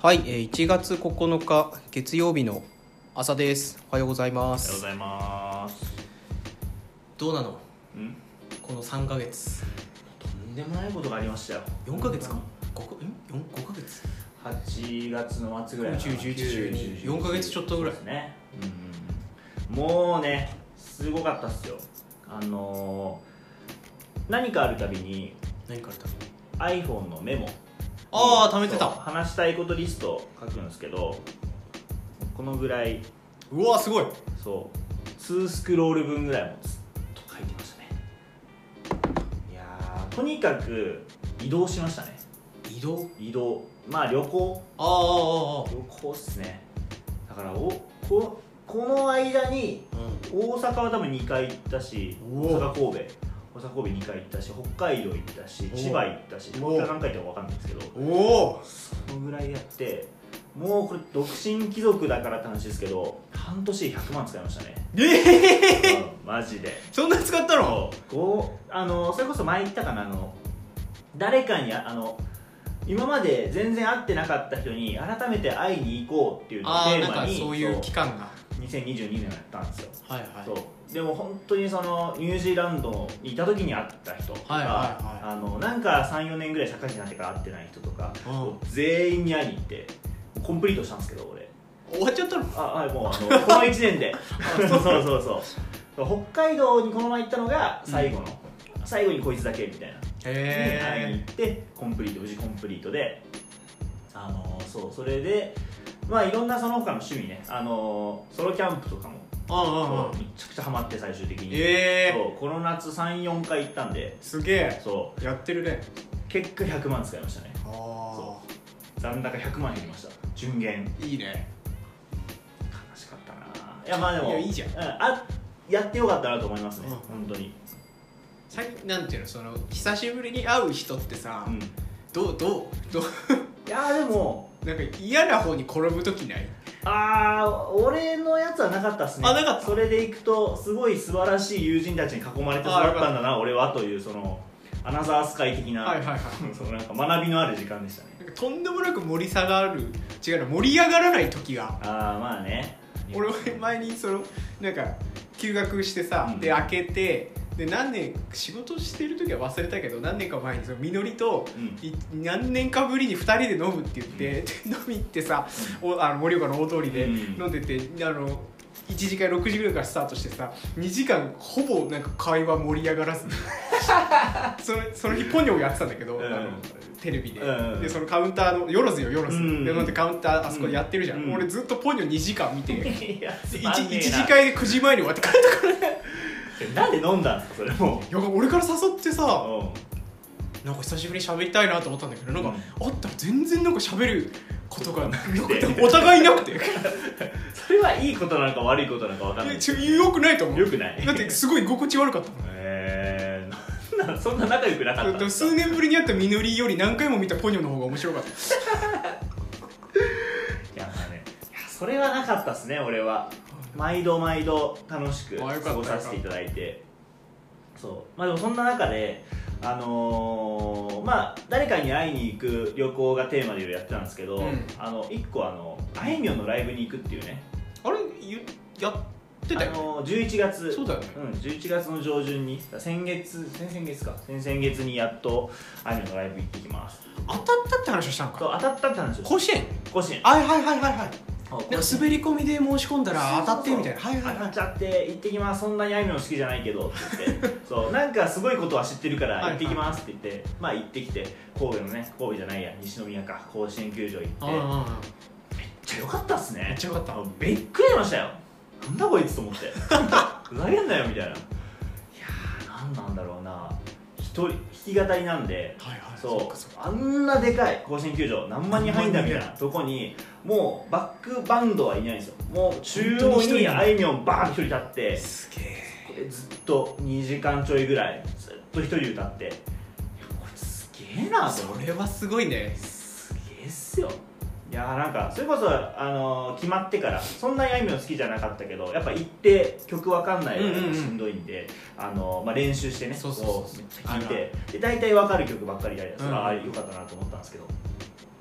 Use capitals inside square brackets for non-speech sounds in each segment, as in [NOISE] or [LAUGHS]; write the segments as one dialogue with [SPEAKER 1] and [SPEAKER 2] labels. [SPEAKER 1] はい、えー1月9日月曜日の朝です。おはようございま
[SPEAKER 2] おはようご
[SPEAKER 1] す。
[SPEAKER 2] ざいます。
[SPEAKER 1] どうなの？
[SPEAKER 2] うん。
[SPEAKER 1] この3ヶ月、
[SPEAKER 2] とんでもないことがありましたよ。
[SPEAKER 1] 4ヶ月か？5かん4 5ヶ月？
[SPEAKER 2] 八月の末ぐらいかな。
[SPEAKER 1] 10 11 12 4ヶ月ちょっとぐらい
[SPEAKER 2] そうですね。うんうんうん。もうね、すごかったっすよ。あのー何かあるたびに
[SPEAKER 1] 何からたの？
[SPEAKER 2] iPhone のメモ。
[SPEAKER 1] あー貯めてた
[SPEAKER 2] そう話したいことリストを書くんですけど、このぐらい、
[SPEAKER 1] うわーすごい。
[SPEAKER 2] そう、2スクロール分ぐらいもずっと書いてましたね。いやーとにかく移動しましたね。
[SPEAKER 1] 移動？
[SPEAKER 2] 移動まあ旅行
[SPEAKER 1] あーあーあー
[SPEAKER 2] 旅行っすねだからおここの間に
[SPEAKER 1] あー。うん。
[SPEAKER 2] 大阪は多分2回行ったし
[SPEAKER 1] お
[SPEAKER 2] 大
[SPEAKER 1] お
[SPEAKER 2] 阪神戸大阪神戸2回行ったし北海道行ったし
[SPEAKER 1] おお
[SPEAKER 2] 千葉行ったし
[SPEAKER 1] おお
[SPEAKER 2] 北海道何回行ったか分かんないですけど
[SPEAKER 1] おお。
[SPEAKER 2] そのぐらいやってもうこれ独身貴族だからって話ですけど半年で100万使いましたね、
[SPEAKER 1] ええ
[SPEAKER 2] うんマジで
[SPEAKER 1] ー、そんなに使
[SPEAKER 2] [LAUGHS]
[SPEAKER 1] ったの？
[SPEAKER 2] こうあのそれこそ前言ったかなあの誰かにああの今まで全然会ってなかった人に改めて会いに行こうっていうのを
[SPEAKER 1] ああ
[SPEAKER 2] テ
[SPEAKER 1] なん
[SPEAKER 2] ーマ
[SPEAKER 1] か
[SPEAKER 2] に
[SPEAKER 1] そういう期
[SPEAKER 2] そう
[SPEAKER 1] 間が。
[SPEAKER 2] 2022年をやったんですよ、
[SPEAKER 1] はいはい。
[SPEAKER 2] そうでも本当にそのニュージーランドにいた時に会った人とか、
[SPEAKER 1] はいはいは
[SPEAKER 2] あのなんか34年ぐらい社会人になってから会ってない人とか、
[SPEAKER 1] うん
[SPEAKER 2] 全員に会いに行ってコンプリートしたんですけど俺
[SPEAKER 1] 終わっちゃったの？
[SPEAKER 2] あはいもうあのこの1年で [LAUGHS] そうそうそうそう北海道にこの前行ったのが最後の、最後にこいつだけみたいな、で会
[SPEAKER 1] へ
[SPEAKER 2] いに
[SPEAKER 1] え。
[SPEAKER 2] 行ってコンプリート無事コンプリートであのそうそれでまあいろんなその他の趣味ねあのソロキャンプとかも
[SPEAKER 1] ああああ
[SPEAKER 2] そう。めちゃくちゃハマって最終的に、
[SPEAKER 1] ええ
[SPEAKER 2] そうこの夏34回行ったんで
[SPEAKER 1] ー。すげえ。
[SPEAKER 2] そ
[SPEAKER 1] やってるね。
[SPEAKER 2] う結果100万使いましたね
[SPEAKER 1] あ
[SPEAKER 2] そ残高100万減りました純減
[SPEAKER 1] あ。いいね。
[SPEAKER 2] 悲しかったないやまあでも
[SPEAKER 1] いやいいじゃん
[SPEAKER 2] うあやってよかったなと思いますね、
[SPEAKER 1] うん
[SPEAKER 2] 本当に
[SPEAKER 1] 最近なんていうのその久しぶりに会う人ってさ、
[SPEAKER 2] うんい
[SPEAKER 1] どうどうど
[SPEAKER 2] やーでも
[SPEAKER 1] うなんか嫌な方に転ぶ時ない
[SPEAKER 2] ああ俺のやつはなかったっすね
[SPEAKER 1] あなかった
[SPEAKER 2] それでいくとすごい素晴らしい友人たちに囲まれて育
[SPEAKER 1] あー
[SPEAKER 2] ったんだな俺はというそのアナザースカイ的な,、
[SPEAKER 1] はいはいはい
[SPEAKER 2] [LAUGHS] そのなんか学びのある時間でしたね
[SPEAKER 1] なんかとんでもなく盛り下がる違うな盛り上がらない時が
[SPEAKER 2] ああまあね
[SPEAKER 1] 俺は前にそのなんか休学してさ、
[SPEAKER 2] うん
[SPEAKER 1] で開けてで何年仕事してる時は忘れたけど何年か前にそのみのりと
[SPEAKER 2] うん
[SPEAKER 1] い何年かぶりに2人で飲むって言って、 [LAUGHS] で飲み行ってさおあの盛岡の大通りで
[SPEAKER 2] うん
[SPEAKER 1] 飲んでて、あの1時間6時ぐらいからスタートしてさ2時間ほぼなんか会話盛り上が
[SPEAKER 2] [LAUGHS]
[SPEAKER 1] らずにそれその日ポニョをやってたんだけど、
[SPEAKER 2] うん
[SPEAKER 1] あのテレビで,、
[SPEAKER 2] うん
[SPEAKER 1] でそのカウンターのよろずよよろず、
[SPEAKER 2] うん
[SPEAKER 1] で飲んでカウンターあそこでやってるじゃん、
[SPEAKER 2] うん
[SPEAKER 1] 俺ずっとポニョ2時間見て 1,
[SPEAKER 2] いや [LAUGHS] つまんねえな
[SPEAKER 1] 1時会で9時前に終わって帰 [LAUGHS] ったからい
[SPEAKER 2] なんで飲んだんですかそれも
[SPEAKER 1] や俺から誘ってさ、
[SPEAKER 2] うん
[SPEAKER 1] なんか久しぶりに喋りたいなと思ったんだけどなんか、
[SPEAKER 2] う
[SPEAKER 1] 会ったら全然なんか喋ることがなく
[SPEAKER 2] て
[SPEAKER 1] て [LAUGHS] お互いなくて
[SPEAKER 2] それはいいことなのか悪いことなのか分かんないですけど
[SPEAKER 1] よくないと思う
[SPEAKER 2] よくない
[SPEAKER 1] だってすごい居心地悪かったもん
[SPEAKER 2] えー、なん [LAUGHS] なんそんな仲良くなかったん
[SPEAKER 1] だって
[SPEAKER 2] です
[SPEAKER 1] 数
[SPEAKER 2] か
[SPEAKER 1] 年ぶりに会ったみのりより何回も見たポニョの方が面白かった
[SPEAKER 2] いやまあねいやそれはなかったっすね俺は毎度毎度楽しく
[SPEAKER 1] あよかった
[SPEAKER 2] 過ごさせていただいてそうまあでもそんな中であのーまあ誰かに会いに行く旅行がテーマでやってたんですけど、
[SPEAKER 1] うん
[SPEAKER 2] あの一個あのあいみょんのライブに行くっていうね
[SPEAKER 1] あれゆやってた
[SPEAKER 2] あ
[SPEAKER 1] よ、ね、
[SPEAKER 2] のー11月
[SPEAKER 1] そうだよね
[SPEAKER 2] うん、11月の上旬に先月先々月か先々月にやっとあいみょんのライブ行ってきます
[SPEAKER 1] 当たったって話をしたの
[SPEAKER 2] と
[SPEAKER 1] か
[SPEAKER 2] 当たったって話を
[SPEAKER 1] 甲子園
[SPEAKER 2] 甲子園
[SPEAKER 1] はいはいはいはいはい
[SPEAKER 2] なん
[SPEAKER 1] なんか滑り込みで申し込んだら当たってみたいなはいはい
[SPEAKER 2] 当
[SPEAKER 1] は
[SPEAKER 2] た
[SPEAKER 1] い
[SPEAKER 2] っちゃって行ってきますそんなにあいみょん好きじゃないけどって言って
[SPEAKER 1] [LAUGHS]
[SPEAKER 2] そうなんかすごいことは知ってるから
[SPEAKER 1] はい
[SPEAKER 2] 行ってきますって言って、まあ行ってきて神戸のね神戸じゃないや西宮か甲子園球場行って
[SPEAKER 1] うんうんうん
[SPEAKER 2] めっちゃ良かったっすね
[SPEAKER 1] めっちゃよかった
[SPEAKER 2] あびっくりしましたよなんだこいつと思って
[SPEAKER 1] [LAUGHS]
[SPEAKER 2] ふざけんなよみたいないやーなんなんだろうな一人弾き語りなんで
[SPEAKER 1] はいはい
[SPEAKER 2] そう
[SPEAKER 1] っかそっか
[SPEAKER 2] あんなでかい甲子園球場何万人入んだみたいなとこにもうバックバンドはいないんですよもう中央にあいみょんバーン一人立って
[SPEAKER 1] すげえ
[SPEAKER 2] これずっと2時間ちょいぐらいずっと一人歌っていやこれすげえなと
[SPEAKER 1] そ
[SPEAKER 2] 思って
[SPEAKER 1] れはすごいね
[SPEAKER 2] すげえっすよいやーなんかそれこそ、あのー決まってからそんなにあいみょん好きじゃなかったけどやっぱ行って曲わかんないの
[SPEAKER 1] うんうんうん
[SPEAKER 2] がしんどいんで、あのーまあ、練習してね
[SPEAKER 1] そうそうそうそう
[SPEAKER 2] こうめっちゃ聴いてで大体わかる曲ばっかりやりだしたら、
[SPEAKER 1] うん
[SPEAKER 2] ああよかったなと思ったんですけどい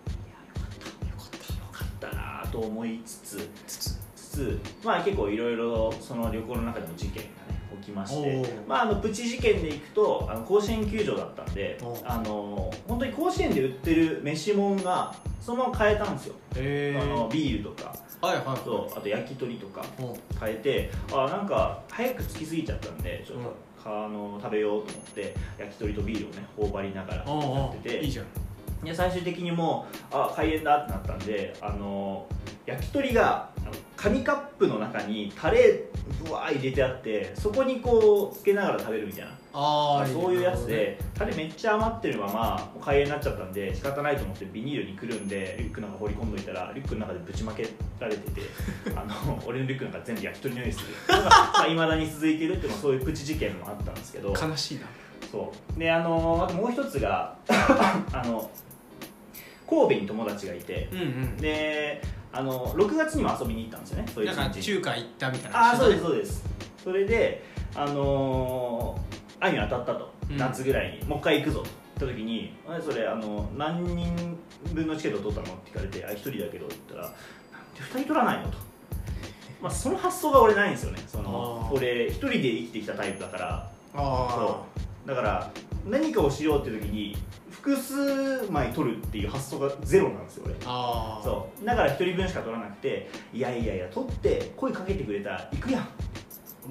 [SPEAKER 2] やよかったよかったと思いつつ
[SPEAKER 1] つつ
[SPEAKER 2] つつまあ結構いろいろその旅行の中でも事件がね起きまし
[SPEAKER 1] お
[SPEAKER 2] て
[SPEAKER 1] ー
[SPEAKER 2] まああのプチ事件でいくとあの甲子園球場だったんで
[SPEAKER 1] おう
[SPEAKER 2] あの本当に甲子園で売ってる飯物がそのまま変えたんですよ、
[SPEAKER 1] へ
[SPEAKER 2] あ
[SPEAKER 1] え
[SPEAKER 2] のビールとか
[SPEAKER 1] はいはいは
[SPEAKER 2] あ
[SPEAKER 1] い
[SPEAKER 2] とあと焼き鳥とか
[SPEAKER 1] おう
[SPEAKER 2] 変えてあなんか早く着きすぎちゃったんでちょっと、かあの食べようと思って焼き鳥とビールをね頬張りながら
[SPEAKER 1] おうおう
[SPEAKER 2] やってて
[SPEAKER 1] いいじゃん
[SPEAKER 2] で最終的にもうあ開演だってなったんであの焼き鳥があの紙カップの中にタレぶわー入れてあってそこにこうつけながら食べるみたいな
[SPEAKER 1] あー
[SPEAKER 2] そういうやつでタレめっちゃ余ってるままもう開演になっちゃったんで仕方ないと思ってビニールにくるんでリュックの中放り込んどいたらリュックの中でぶちまけられててあの俺のリュックの中全部焼き鳥のようにするのがまあ未だに続いてるっていうのはそういうプチ事件もあったんですけど
[SPEAKER 1] 悲しいな
[SPEAKER 2] そうであのあともう一つが [COUGHS] あの神戸に友達がいて
[SPEAKER 1] うんうん
[SPEAKER 2] であの6月にも遊びに行ったんですよねそういう
[SPEAKER 1] なんか
[SPEAKER 2] 感じ
[SPEAKER 1] 中華行ったみたいな
[SPEAKER 2] ああそうですそうですそれであのー、愛に当たったと、
[SPEAKER 1] うん
[SPEAKER 2] 夏ぐらいにもう一回行くぞと言った時に「あそれあの何人分のチケット取ったの?」って聞かれて「あ一人だけど」って言ったら「なんで二人取らないの?」と。まあ、その発想が俺ないんですよねその
[SPEAKER 1] あー
[SPEAKER 2] 俺一人で生きてきたタイプだから
[SPEAKER 1] あ
[SPEAKER 2] そうだから何かをしようっていう時に複数枚取るっていう発想がゼロなんですよ俺
[SPEAKER 1] あああ
[SPEAKER 2] そうだから1人分しか取らなくていやいやいや取って声かけてくれたら行くやん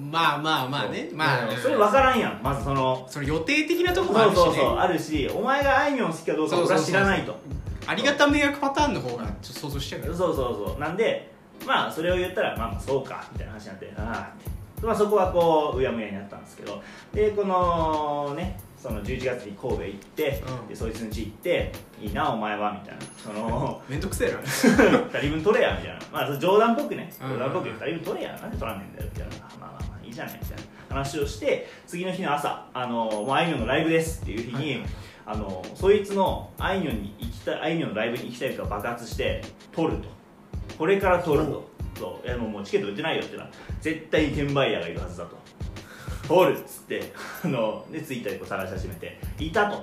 [SPEAKER 1] まあまあまあね
[SPEAKER 2] そう
[SPEAKER 1] ま
[SPEAKER 2] う
[SPEAKER 1] あ
[SPEAKER 2] んそれ分からんやんまずその
[SPEAKER 1] その予定的なとこもあ
[SPEAKER 2] そ
[SPEAKER 1] るし
[SPEAKER 2] うそう
[SPEAKER 1] ね
[SPEAKER 2] そうあるしお前があいみょん好きかどうか
[SPEAKER 1] そう
[SPEAKER 2] 俺
[SPEAKER 1] そう
[SPEAKER 2] は
[SPEAKER 1] そう
[SPEAKER 2] 知らないと
[SPEAKER 1] ありがた迷惑パターンの方がちょっと想像しちゃうけ
[SPEAKER 2] そう
[SPEAKER 1] ど
[SPEAKER 2] そうそうなんでまあそれを言ったらまあまあそうかみたいな話になってああって、まあ、そこはこううやむやになったんですけどでこのねその11月に神戸行って、
[SPEAKER 1] うん
[SPEAKER 2] でそいつの家行って「いいなお前は」みたいなその
[SPEAKER 1] めんどくせえな
[SPEAKER 2] 2人分取れやみたいなまあそれ冗談っぽくね
[SPEAKER 1] うん
[SPEAKER 2] 冗談っぽく2人分取れやなんで取らねえんだよみたいなまあまあまあいいじゃないみたいな話をして次の日の朝「あのもうあいみょんのライブです」っていう日に、
[SPEAKER 1] はい
[SPEAKER 2] あのそいつのあいみょんに行きたいあいみょんのライブに行きたいが爆発して取るとこれから取るとそういやもうもうチケット売ってないよってな絶対に転売ヤーがいるはずだと取るっつってあのでツイッターでこう探し始めていたと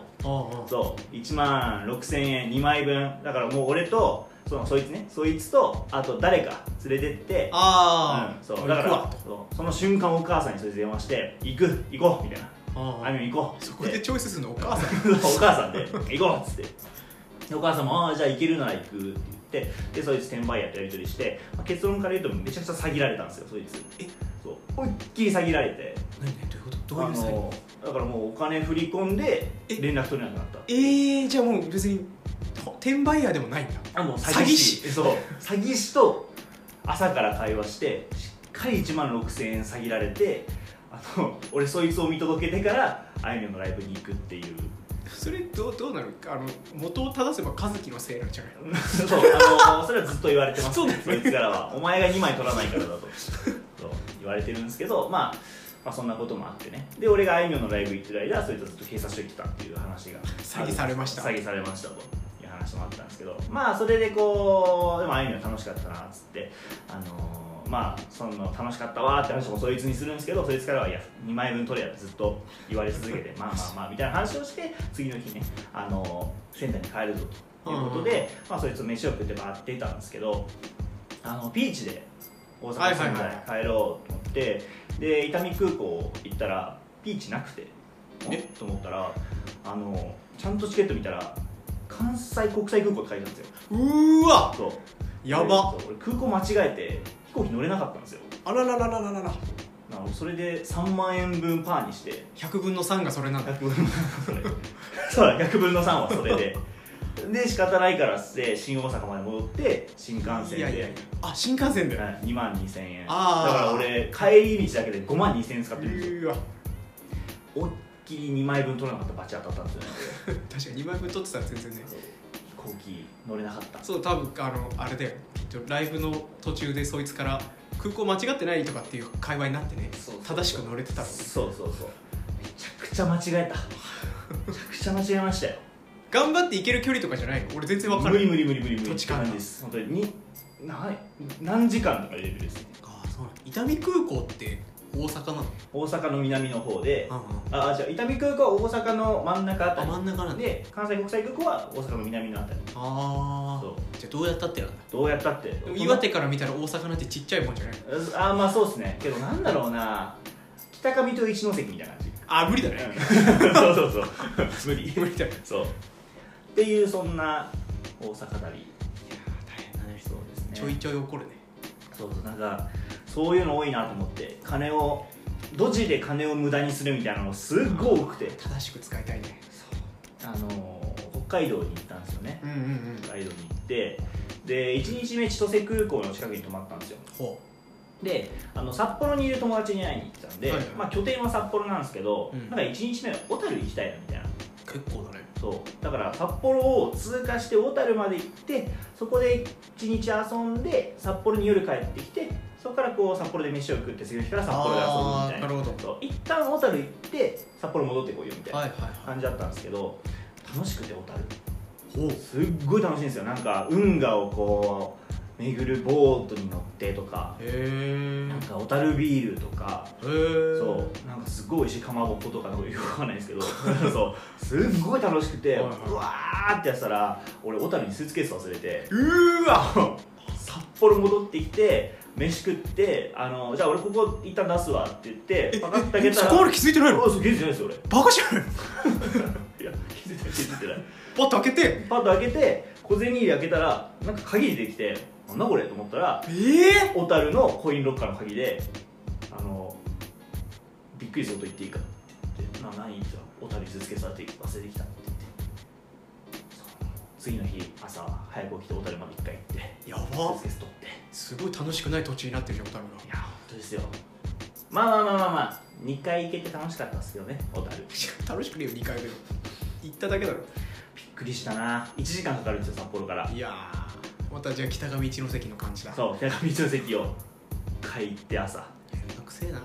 [SPEAKER 1] あ
[SPEAKER 2] そう1万6000円2枚分だからもう俺とそのそいつねそいつとあと誰か連れてって
[SPEAKER 1] あ
[SPEAKER 2] うん、
[SPEAKER 1] そ
[SPEAKER 2] そううだから
[SPEAKER 1] 行くわ
[SPEAKER 2] そうその瞬間お母さんにそれで電話して行く行こうみたいな
[SPEAKER 1] あ
[SPEAKER 2] あいみょん行こう
[SPEAKER 1] そこでチョイスするのお母さん
[SPEAKER 2] [LAUGHS] お母さんで「行こう」っつってでお母さんも「ああじゃあ行けるなら行く」って言ってでそいつ転売ヤーとやり取りして、まあ、結論から言うとめちゃくちゃ詐欺られたんですよそいつ
[SPEAKER 1] え
[SPEAKER 2] そう思いっきり詐欺られて
[SPEAKER 1] 何何どういうことどういうサ
[SPEAKER 2] あ
[SPEAKER 1] イン
[SPEAKER 2] のだからもうお金振り込んで
[SPEAKER 1] え
[SPEAKER 2] 連絡取れなくなった
[SPEAKER 1] えー、じゃあもう別に転売ヤーでもないんだ
[SPEAKER 2] あもう
[SPEAKER 1] 詐欺師
[SPEAKER 2] そう詐欺師と朝から会話してしっかり1万6000円詐欺られてあの俺そいつを見届けてからあいみょんのライブに行くっていう
[SPEAKER 1] それどうどうなるあの元を正せば和樹のせいなんじゃない
[SPEAKER 2] そう、あのそれはずっと言われてます、ね、そいつからは、お前が2枚取らないからだとそう言われてるんですけど、まあ、まあ、そんなこともあってね、で俺があいみょんのライブ行ってる間、そいつはずっと警察署行ってたっていう話が、
[SPEAKER 1] 詐欺されました
[SPEAKER 2] 詐欺されましたという話もあったんですけど、まあ、それでこう、でもあいみょん楽しかったなっつって、あのまあ、その楽しかったわーって話もそいつにするんですけどそいつからはいや2枚分取れやってずっと言われ続けてまあまあまあみたいな話をして次の日ね、あの仙台に帰るぞということで、まあ、そいつと飯を食って回ってたんですけどあのビーチで大
[SPEAKER 1] は
[SPEAKER 2] 阪
[SPEAKER 1] いはい
[SPEAKER 2] 仙
[SPEAKER 1] はい
[SPEAKER 2] 台帰ろうと思って、で伊丹空港行ったらビーチなくて
[SPEAKER 1] え
[SPEAKER 2] えと思ったらあのちゃんとチケット見たら関西国際空港って書いてあるんですよ
[SPEAKER 1] うーわ
[SPEAKER 2] そう
[SPEAKER 1] やば
[SPEAKER 2] でそう俺空港間違えて飛行機乗れなかったんですよ
[SPEAKER 1] あららららららら
[SPEAKER 2] なのでそれで3万円分パーにして
[SPEAKER 1] 100分の3がそれなんだ
[SPEAKER 2] 100分の3は [LAUGHS] それそう100分の3はそれでで仕方ないからっつって新大阪まで戻って新幹線で
[SPEAKER 1] いやいやいやあ新幹線で、
[SPEAKER 2] はい、2万2000円だ
[SPEAKER 1] あー
[SPEAKER 2] から俺帰り道だけで5万2000円使
[SPEAKER 1] う
[SPEAKER 2] ってるんですよ
[SPEAKER 1] ーわ
[SPEAKER 2] おっきり2枚分取れなかったバチ当たったんですよね
[SPEAKER 1] 確かに2枚分取ってたら全然ね
[SPEAKER 2] 飛行機乗れなかった
[SPEAKER 1] そう多分あのあれだよきっとライブの途中でそいつから空港間違ってないとかっていう会話になってね
[SPEAKER 2] そうそうそう
[SPEAKER 1] 正しく乗れてたら
[SPEAKER 2] そうそうそうめちゃくちゃ間違えためちゃくちゃ間違えましたよ
[SPEAKER 1] 頑張って行ける距離とかじゃないの俺全然分から
[SPEAKER 2] 無
[SPEAKER 1] ない
[SPEAKER 2] 理無理無理無理無理
[SPEAKER 1] 土地勘だ
[SPEAKER 2] って感じです本当ににな何時間とかレベルですね
[SPEAKER 1] ああそうなんだ伊丹空港って
[SPEAKER 3] 大阪なの
[SPEAKER 2] 大阪の南の方で、
[SPEAKER 3] うんうん
[SPEAKER 2] ああじゃあ伊丹空港は大阪の真ん中あた
[SPEAKER 3] あ
[SPEAKER 2] り
[SPEAKER 3] 真ん中なんだ
[SPEAKER 2] で関西国際空港は大阪の南のあたり
[SPEAKER 3] あ
[SPEAKER 2] そう
[SPEAKER 3] あじゃあどうやったってやるんだ
[SPEAKER 2] どうやったって
[SPEAKER 1] でも岩手から見たら大阪なんてちっちゃいもんじゃない
[SPEAKER 2] あまあそうですねけどなんだろうな北上と一ノ関みたいな感じ
[SPEAKER 1] あ無理だね
[SPEAKER 2] [LAUGHS] うんそうそうそう無理
[SPEAKER 1] 無理だね
[SPEAKER 2] そうっていうそんな大
[SPEAKER 1] い
[SPEAKER 2] 阪旅
[SPEAKER 1] やー大変だね
[SPEAKER 2] そうですね
[SPEAKER 1] ちょいちょい怒るね
[SPEAKER 2] そうそうなんかそういうの多いなと思って金をドジで金を無駄にするみたいなのすっごい多くて
[SPEAKER 1] 正しく使いたいね
[SPEAKER 2] あのー北海道に行ったんですよね
[SPEAKER 1] うんうんうん
[SPEAKER 2] 北海道に行ってで1日目千歳空港の近くに泊まったんですよ
[SPEAKER 1] ほ
[SPEAKER 2] であの札幌にいる友達に会いに行ってたんで、
[SPEAKER 1] はいはい
[SPEAKER 2] まあ、拠点は札幌なんですけど、
[SPEAKER 3] うん
[SPEAKER 2] なんか1日目は小樽行きたいなみたいな
[SPEAKER 3] う結構だね
[SPEAKER 2] そうだから札幌を通過して小樽まで行ってそこで1日遊んで札幌に夜帰ってきてそこからこう札幌で飯を食って次の日から札幌で遊ぶみたいな
[SPEAKER 3] あーなるほ
[SPEAKER 2] そう一旦小樽行って札幌戻ってこいよみたいな
[SPEAKER 3] はいはいは
[SPEAKER 2] 感じだったんですけど楽しくて小樽
[SPEAKER 3] いほう
[SPEAKER 2] すっごい楽しいんですよなんか運河をこう巡るボートに乗ってとか
[SPEAKER 3] へえ
[SPEAKER 2] なんか小樽ビールとか
[SPEAKER 3] へえ
[SPEAKER 2] そうなんかすごい美味しいかまぼことかなんかよくわかんな
[SPEAKER 1] [LAUGHS]
[SPEAKER 2] いですけどそうすっごい楽しく
[SPEAKER 1] は
[SPEAKER 2] て、
[SPEAKER 1] いはいう
[SPEAKER 2] わーってやってたら俺小樽にスーツケース忘れて
[SPEAKER 1] うーわ
[SPEAKER 2] 札幌戻ってきて飯食ってあのじゃあ俺ここ一旦出すわって言ってパカッて開けた
[SPEAKER 1] そ
[SPEAKER 2] ら
[SPEAKER 1] こまで気づいてないの
[SPEAKER 2] あそう気づいてないですよ俺
[SPEAKER 1] バカじゃない
[SPEAKER 2] いや気づいてない気づいてない
[SPEAKER 1] パッと開けて
[SPEAKER 2] パッと開けて小銭入れ開けたらなんか鍵出てきてなんだこれと思ったら
[SPEAKER 1] ええ
[SPEAKER 2] 小樽のコインロッカーの鍵であのびっくりすること言っていいかって言って「な何?」って言ったら「小樽に続けされて忘れてきた」って言ってそう次の日朝早く起きて小樽まで一回行って
[SPEAKER 1] や
[SPEAKER 2] ス
[SPEAKER 1] ば
[SPEAKER 2] ーツケース取ってい
[SPEAKER 1] すごい楽しくない土地になってるよ多分が
[SPEAKER 2] や本当ですよまあまあまあまあまあ2回行けて楽しかったですけどね小樽び
[SPEAKER 1] [LAUGHS] 楽しくねえよ2回目の行っただけだろ
[SPEAKER 2] っくりしたな1時間かかるんですよ札幌から
[SPEAKER 1] いやーまたじゃあ北上一ノ関の感じだ
[SPEAKER 2] そう北上の席を買い行って朝
[SPEAKER 1] めんどくせえない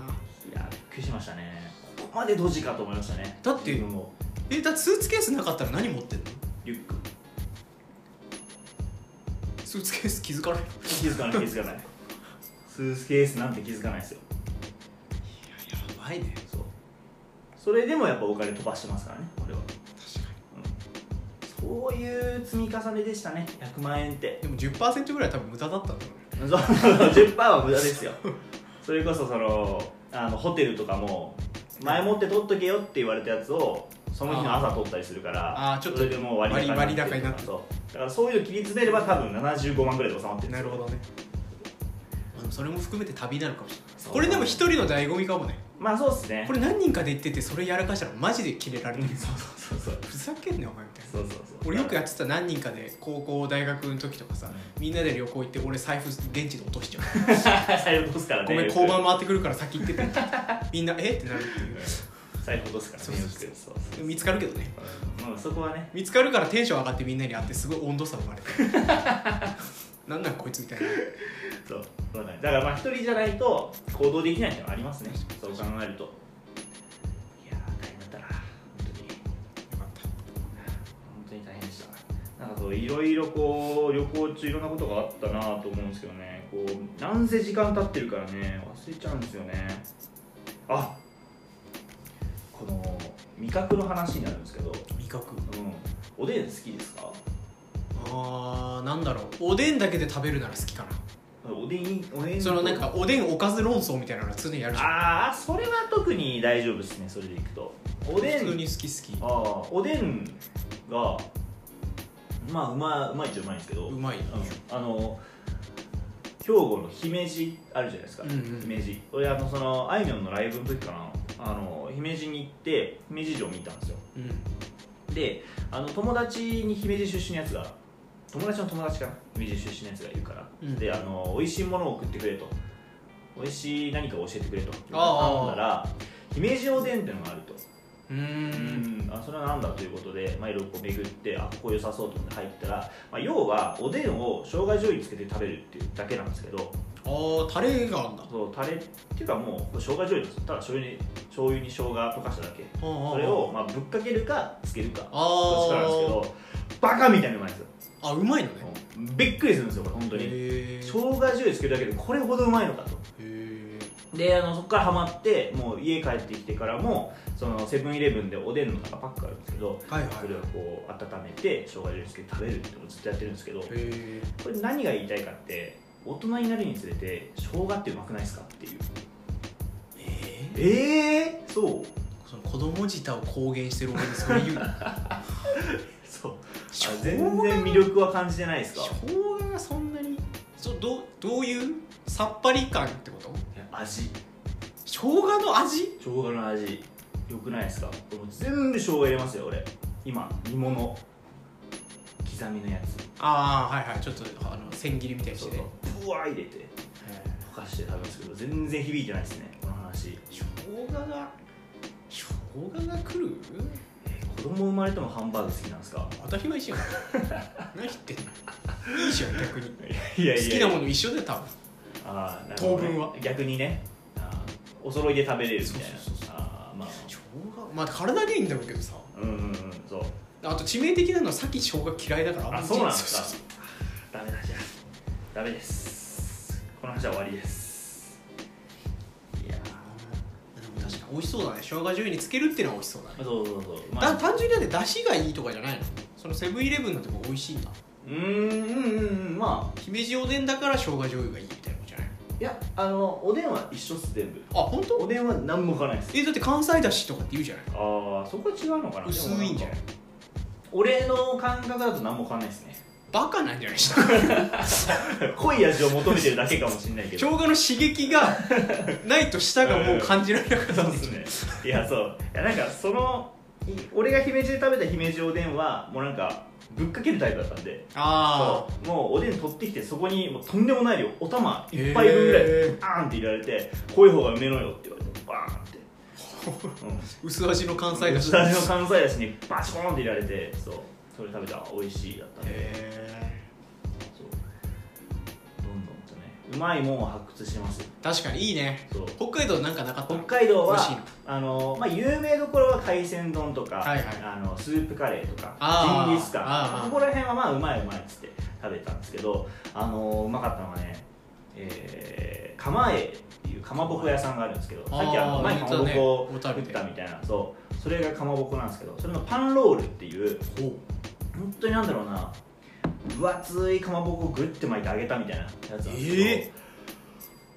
[SPEAKER 2] やびっくりしましたねここまでドジかと思いましたね
[SPEAKER 1] だって
[SPEAKER 2] 自分も
[SPEAKER 1] えだってスーツケースなかったら何持ってんの
[SPEAKER 2] リュック
[SPEAKER 1] スーツケース気づかない
[SPEAKER 2] 気づかない気づかないスーツケースなんて気づかないですよ
[SPEAKER 1] やばいね
[SPEAKER 2] そうそれでもやっぱお金飛ばしてますからね俺は
[SPEAKER 1] 確か
[SPEAKER 2] そういう積み重ねでしたね100万円って
[SPEAKER 1] にでも10%ぐらい多分無駄だったんだろうね
[SPEAKER 2] そう10%は無駄ですよそれこそそのあのホテルとかも前もって取っとけよって言われたやつをその日の朝取ったりするから
[SPEAKER 1] あーちょっと
[SPEAKER 2] それでもう割高
[SPEAKER 1] 割割高になってる
[SPEAKER 2] そうだからそういうの切り詰めれば多分75万ぐらいで収まってるんですよ
[SPEAKER 1] ねでもそれも含めて旅なのかもしれな
[SPEAKER 2] そ
[SPEAKER 1] いうこれでも一人の醍醐味かもね
[SPEAKER 2] まあそうですね
[SPEAKER 1] これ何人かで行っててそれやらかしたらマジでキレられ [LAUGHS] る
[SPEAKER 2] [LAUGHS] そうそうそうそう
[SPEAKER 1] ふざけんなよお前みたいな
[SPEAKER 2] そうそうそう
[SPEAKER 1] 俺よくやってた何人かで高校大学の時とかさみんなで旅行行って俺財布現地で落としちゃう
[SPEAKER 2] [LAUGHS] 財布落とすからね
[SPEAKER 1] ごめん
[SPEAKER 2] よく
[SPEAKER 1] 交番回ってくるから先行って
[SPEAKER 2] [LAUGHS]
[SPEAKER 1] てみんなえってなるっていう
[SPEAKER 2] 財布落とすからねよく
[SPEAKER 1] そう
[SPEAKER 2] そう
[SPEAKER 1] で
[SPEAKER 2] そう
[SPEAKER 1] も見つかるけどね
[SPEAKER 2] うんそこはね
[SPEAKER 1] 見つかるからテンション上がってみんなに会ってすごい温度差生まれ
[SPEAKER 2] [LAUGHS]
[SPEAKER 1] てなんなんこいつみたいな
[SPEAKER 2] そうそうだねだからまあ一人じゃないと行動できないってのはありますねそう考えるといやー大変だったな本当に本当に大変でしたなんかそういろいろこう旅行中いろんなことがあったなと思うんですけどねこうなんせ時間経ってるからね忘れちゃうんですよねあこの味覚の話になるんですけど、うん、
[SPEAKER 1] 味覚
[SPEAKER 2] おでん好きですか
[SPEAKER 1] あーなんだろうおでんだけで食べるなら好きかな
[SPEAKER 2] おでんおでん
[SPEAKER 1] そのなんかおでんおかず論争みたいなのは常にやるじゃん
[SPEAKER 2] ああそれは特に大丈夫ですねそれでいくとおで
[SPEAKER 1] 普通
[SPEAKER 2] ん
[SPEAKER 1] に好き好
[SPEAKER 2] ああおでんがまあうまうまいっちゃうまいんですけど
[SPEAKER 1] うまい
[SPEAKER 2] うんあの兵庫の姫路あるじゃないですか、
[SPEAKER 1] うんうん
[SPEAKER 2] 姫路俺あのそのあいみょんのライブの時かなあの姫路に行って姫路城見たんですよ
[SPEAKER 1] きうん
[SPEAKER 2] であの友達に姫路出身のやつが友達の友達かな姫路出身のやつがいるから、
[SPEAKER 1] うん
[SPEAKER 2] であの美味しいものを送ってくれと美味しい何かを教えてくれと
[SPEAKER 1] ああ
[SPEAKER 2] 頼んだら姫路おでんっていうのがあると、
[SPEAKER 1] うーん
[SPEAKER 2] あそれは何だということで、まあ、いろいろこう巡ってあここ良さそうと思って入ったら、まあ、要はおでんを生姜醤油につけて食べるっていうだけなんですけど
[SPEAKER 1] あータレがあんだ
[SPEAKER 2] そうタレっていうかもうこれ生姜醤油ですただ醤油に醤油に生姜溶かしただけそ
[SPEAKER 1] そ
[SPEAKER 2] れをまあぶっかけるかつけるか
[SPEAKER 1] あ
[SPEAKER 2] どっちかなんですけどバカみたいにうまいんですよ
[SPEAKER 1] ああうまいのね
[SPEAKER 2] びっくりするんですよこれ本当に
[SPEAKER 1] へ
[SPEAKER 2] 生
[SPEAKER 1] ー
[SPEAKER 2] 姜醤油つけるだけでこれほどうまいのかと
[SPEAKER 1] へ
[SPEAKER 2] であのそこからハマってもう家帰ってきてからもそのセブンイレブンでおでんのなんかパックあるんですけど
[SPEAKER 1] ーはい
[SPEAKER 2] それを
[SPEAKER 1] は
[SPEAKER 2] こう温めて生姜醤油つけて食べるっていうのをずっとやってるんですけどこ
[SPEAKER 1] いへ
[SPEAKER 2] れ何が言いたいかって大人になるにつれて生姜ってうまくないですかっていう
[SPEAKER 1] ええー
[SPEAKER 2] ええそう
[SPEAKER 1] その子供舌を公言してる俺に [LAUGHS] それ言う
[SPEAKER 2] そう
[SPEAKER 1] しょ
[SPEAKER 2] あ
[SPEAKER 1] う
[SPEAKER 2] 全然魅力は感じてないですか
[SPEAKER 1] 生姜がそんなにそうどうどういうさっぱり感ってこと
[SPEAKER 2] 味
[SPEAKER 1] 生姜の味
[SPEAKER 2] 生姜の味良くないですか俺もう全部生姜入れますよ俺今煮物刻みのやつ
[SPEAKER 1] ああはいはいちょっとあの千切りみたいに
[SPEAKER 2] そ
[SPEAKER 1] し
[SPEAKER 2] う
[SPEAKER 1] てね
[SPEAKER 2] そうぶわー入れて溶かして食べますけど全然響いてないですねこの話
[SPEAKER 1] 生姜が生姜が来る
[SPEAKER 2] え子供生まれてもハンバーグ好きなんですか
[SPEAKER 1] 当たり前じゃん何言ってんのいいじゃん逆に
[SPEAKER 2] いや
[SPEAKER 1] 好きなもの一緒で多分
[SPEAKER 2] あーなる
[SPEAKER 1] 当
[SPEAKER 2] ほどね
[SPEAKER 1] 分は
[SPEAKER 2] 逆にねあーお揃いで食べれるみたいな
[SPEAKER 1] そうそうそうそう
[SPEAKER 2] あーまあ
[SPEAKER 1] 生姜まあ体にはいいんだろうけどさ
[SPEAKER 2] うんうんうんそう
[SPEAKER 1] あと致命的なのはさっき生姜嫌いだから
[SPEAKER 2] あそうなんです
[SPEAKER 1] そ
[SPEAKER 2] か
[SPEAKER 1] うそうそう
[SPEAKER 2] ダメだじゃあダメですこの話は終わりですいや
[SPEAKER 1] でも確かに美味しそうだね生姜醤油につけるっていうのは美味しそうだね
[SPEAKER 2] ーそうそうそううまい
[SPEAKER 1] だ単純にだって出汁がいいとかじゃないのそのセブンイレブンのとこ美味しいんだ
[SPEAKER 2] うーんうんうんうんまあ
[SPEAKER 1] 姫路おでんだから生姜醤油がいいみたいなことじゃない
[SPEAKER 2] いやあのおでんは一緒っす全部
[SPEAKER 1] あ本
[SPEAKER 2] お
[SPEAKER 1] 当？
[SPEAKER 2] でんは何も置かないです
[SPEAKER 1] えだって関西だしとかって言うじゃない
[SPEAKER 2] ああそこは違うのかな
[SPEAKER 1] 薄いんじゃない
[SPEAKER 2] でもか俺の感覚だと何も変わんないですね
[SPEAKER 1] バカなんじゃない
[SPEAKER 2] [LAUGHS] 濃い味を求めてるだけかもしれないけ
[SPEAKER 1] 生
[SPEAKER 2] ど [LAUGHS]
[SPEAKER 1] 姜の刺激 [LAUGHS] がないと舌がもう感じられなく
[SPEAKER 2] そ
[SPEAKER 1] な
[SPEAKER 2] う
[SPEAKER 1] っ
[SPEAKER 2] で
[SPEAKER 1] て
[SPEAKER 2] す
[SPEAKER 1] [LAUGHS]
[SPEAKER 2] ねいやそういやなんかそのい俺が姫路で食べた姫路おでんはもうなんかぶっかけるタイプだったんで
[SPEAKER 1] あ
[SPEAKER 2] そうもうおでん取ってきてそこにもうとんでもない量お玉一杯分ぐらい
[SPEAKER 1] へー
[SPEAKER 2] バーンって入れられてこういう方がうめえのよって言われてバーンって、うん、
[SPEAKER 1] あ薄味の関西だし
[SPEAKER 2] スタジオ関西だしにバチコーンって入れられてそうそれ食べたら美味しいだったんで
[SPEAKER 1] へ
[SPEAKER 2] そうどんどんとねうまいもんを発掘してますよ
[SPEAKER 1] ー確かにいいね
[SPEAKER 2] そう
[SPEAKER 1] 北海道なんかなかった
[SPEAKER 2] 北海道は
[SPEAKER 1] 美味しいの
[SPEAKER 2] あの、まあ、有名どころは海鮮丼とか、
[SPEAKER 1] はいはい
[SPEAKER 2] あのスープカレーとか
[SPEAKER 1] あー
[SPEAKER 2] ジンギス
[SPEAKER 1] あ
[SPEAKER 2] カ
[SPEAKER 1] ー
[SPEAKER 2] ンここら辺はまあうまいうまいっつって食べたんですけどあのうまかったのはねえー、釜えっていうかまぼこ屋さんがあるんですけどさっきあの
[SPEAKER 1] あー
[SPEAKER 2] 前に
[SPEAKER 1] 言
[SPEAKER 2] か
[SPEAKER 1] った
[SPEAKER 2] まぼ
[SPEAKER 1] ね
[SPEAKER 2] こ
[SPEAKER 1] 小
[SPEAKER 2] 打っ
[SPEAKER 1] 樽で
[SPEAKER 2] たみたいなそうそれがかまぼこなんですけどそれのパンロールっていう
[SPEAKER 1] ほう
[SPEAKER 2] 本当になんだろうな分厚いかまぼこをぐって巻いて揚げたみたいなやつなんですけど、
[SPEAKER 1] え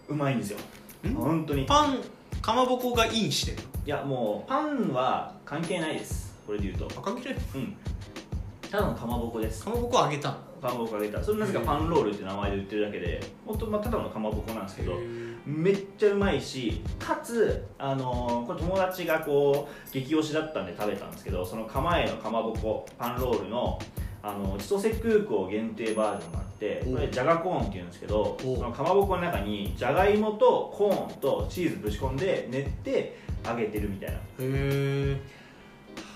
[SPEAKER 2] うまいんですよ
[SPEAKER 1] ん
[SPEAKER 2] 本当にい
[SPEAKER 1] パンかまぼこがインしてる
[SPEAKER 2] やもうパンは関係ないですこれで言うと
[SPEAKER 1] あ関係ない
[SPEAKER 2] うんただのかまぼこです
[SPEAKER 1] かまぼこをあげたの
[SPEAKER 2] かまぼこ揚げたそれなぜかパンロールって名前で売ってるだけで本当まあただのかまぼこなんですけどめっちゃうまいしかつ、あのーこれ友達がこう激推しだったんで食べたんですけどその釜えのかまぼこパンロールの、あのー千歳空港限定バージョンがあってこれ
[SPEAKER 1] お
[SPEAKER 2] じゃがコーンっていうんですけど
[SPEAKER 1] お
[SPEAKER 2] そのかまぼこの中にじゃがいもとコーンとチーズぶち込んで練って揚げてるみたいな
[SPEAKER 1] へ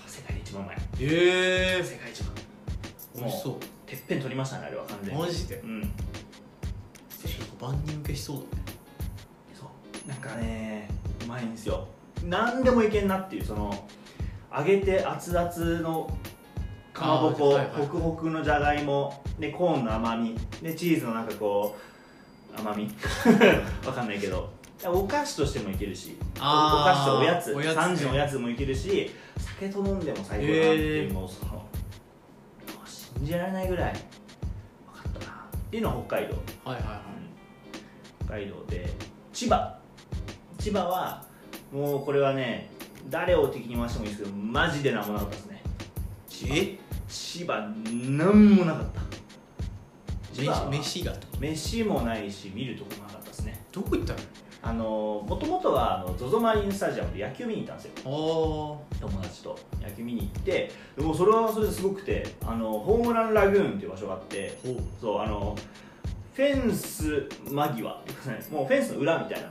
[SPEAKER 2] 世界で一番うまい
[SPEAKER 1] えへえ
[SPEAKER 2] 世界一番
[SPEAKER 1] 美味しそう
[SPEAKER 2] てっぺん取りましたねあれは完全に
[SPEAKER 1] マジで
[SPEAKER 2] うん
[SPEAKER 1] 万人受けしそうだね
[SPEAKER 2] そうなんかねうまいんですよ何でもいけんなっていうその揚げて熱々のかまぼこ、
[SPEAKER 1] あーはいはいはい
[SPEAKER 2] ホクホクのじゃがいもでコーンの甘みでチーズのなんかこう甘み [LAUGHS] わかんないけどお菓子としてもいけるしおお菓子
[SPEAKER 1] あー
[SPEAKER 2] とおやつ
[SPEAKER 1] おやつね
[SPEAKER 2] 3時のおやつもいけるし酒と飲んでも最高だなっていう、
[SPEAKER 1] へー
[SPEAKER 2] もうそのもう信じられないぐらい分かったなっていうのは北海道
[SPEAKER 1] はいはいは
[SPEAKER 2] うん北海道で千葉千葉はもうこれはね誰を敵に回してもいいですけどマジで何もなかったですね
[SPEAKER 1] え
[SPEAKER 2] 千葉何もなかった千葉は
[SPEAKER 1] 飯飯がってこ
[SPEAKER 2] 飯もないし見るとこもなかったですね
[SPEAKER 1] とどこ行ったの
[SPEAKER 2] あのもともとはあの ZOZO マリンスタジアムで野球見に行ったんですよ
[SPEAKER 1] あ
[SPEAKER 2] 友達と野球見に行ってでもそれはそれですごくてあのホームランラグーンっていう場所があって
[SPEAKER 1] あほう
[SPEAKER 2] そうあのフェンス間際もうフェンスの裏みたいな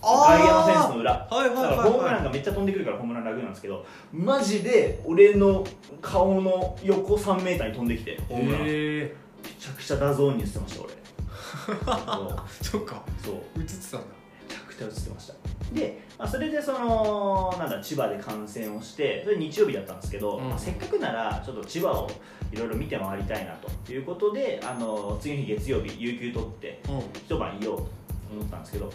[SPEAKER 2] 外野のフェンスの裏
[SPEAKER 1] はいは
[SPEAKER 2] だ
[SPEAKER 1] い
[SPEAKER 2] か
[SPEAKER 1] はい
[SPEAKER 2] らホーム
[SPEAKER 1] はい
[SPEAKER 2] ランがめっちゃ飛んでくるからホームラン楽なんですけどマジで俺の顔の横 3m に飛んできてホームランめ
[SPEAKER 1] へえ [LAUGHS]
[SPEAKER 2] ちゃくちゃダゾーンにしてました俺そう
[SPEAKER 1] そっか
[SPEAKER 2] そう
[SPEAKER 1] 映ってたんだ
[SPEAKER 2] めちゃく手をつってましたで、まあ、それでそのなんだ千葉で観戦をしてそれ日曜日だったんですけど、
[SPEAKER 1] うん
[SPEAKER 2] まあせっかくならちょっと千葉をいろいろ見て回りたいなということであの次の日月曜日有給取って
[SPEAKER 1] うん
[SPEAKER 2] 一晩いようと思ったんですけど本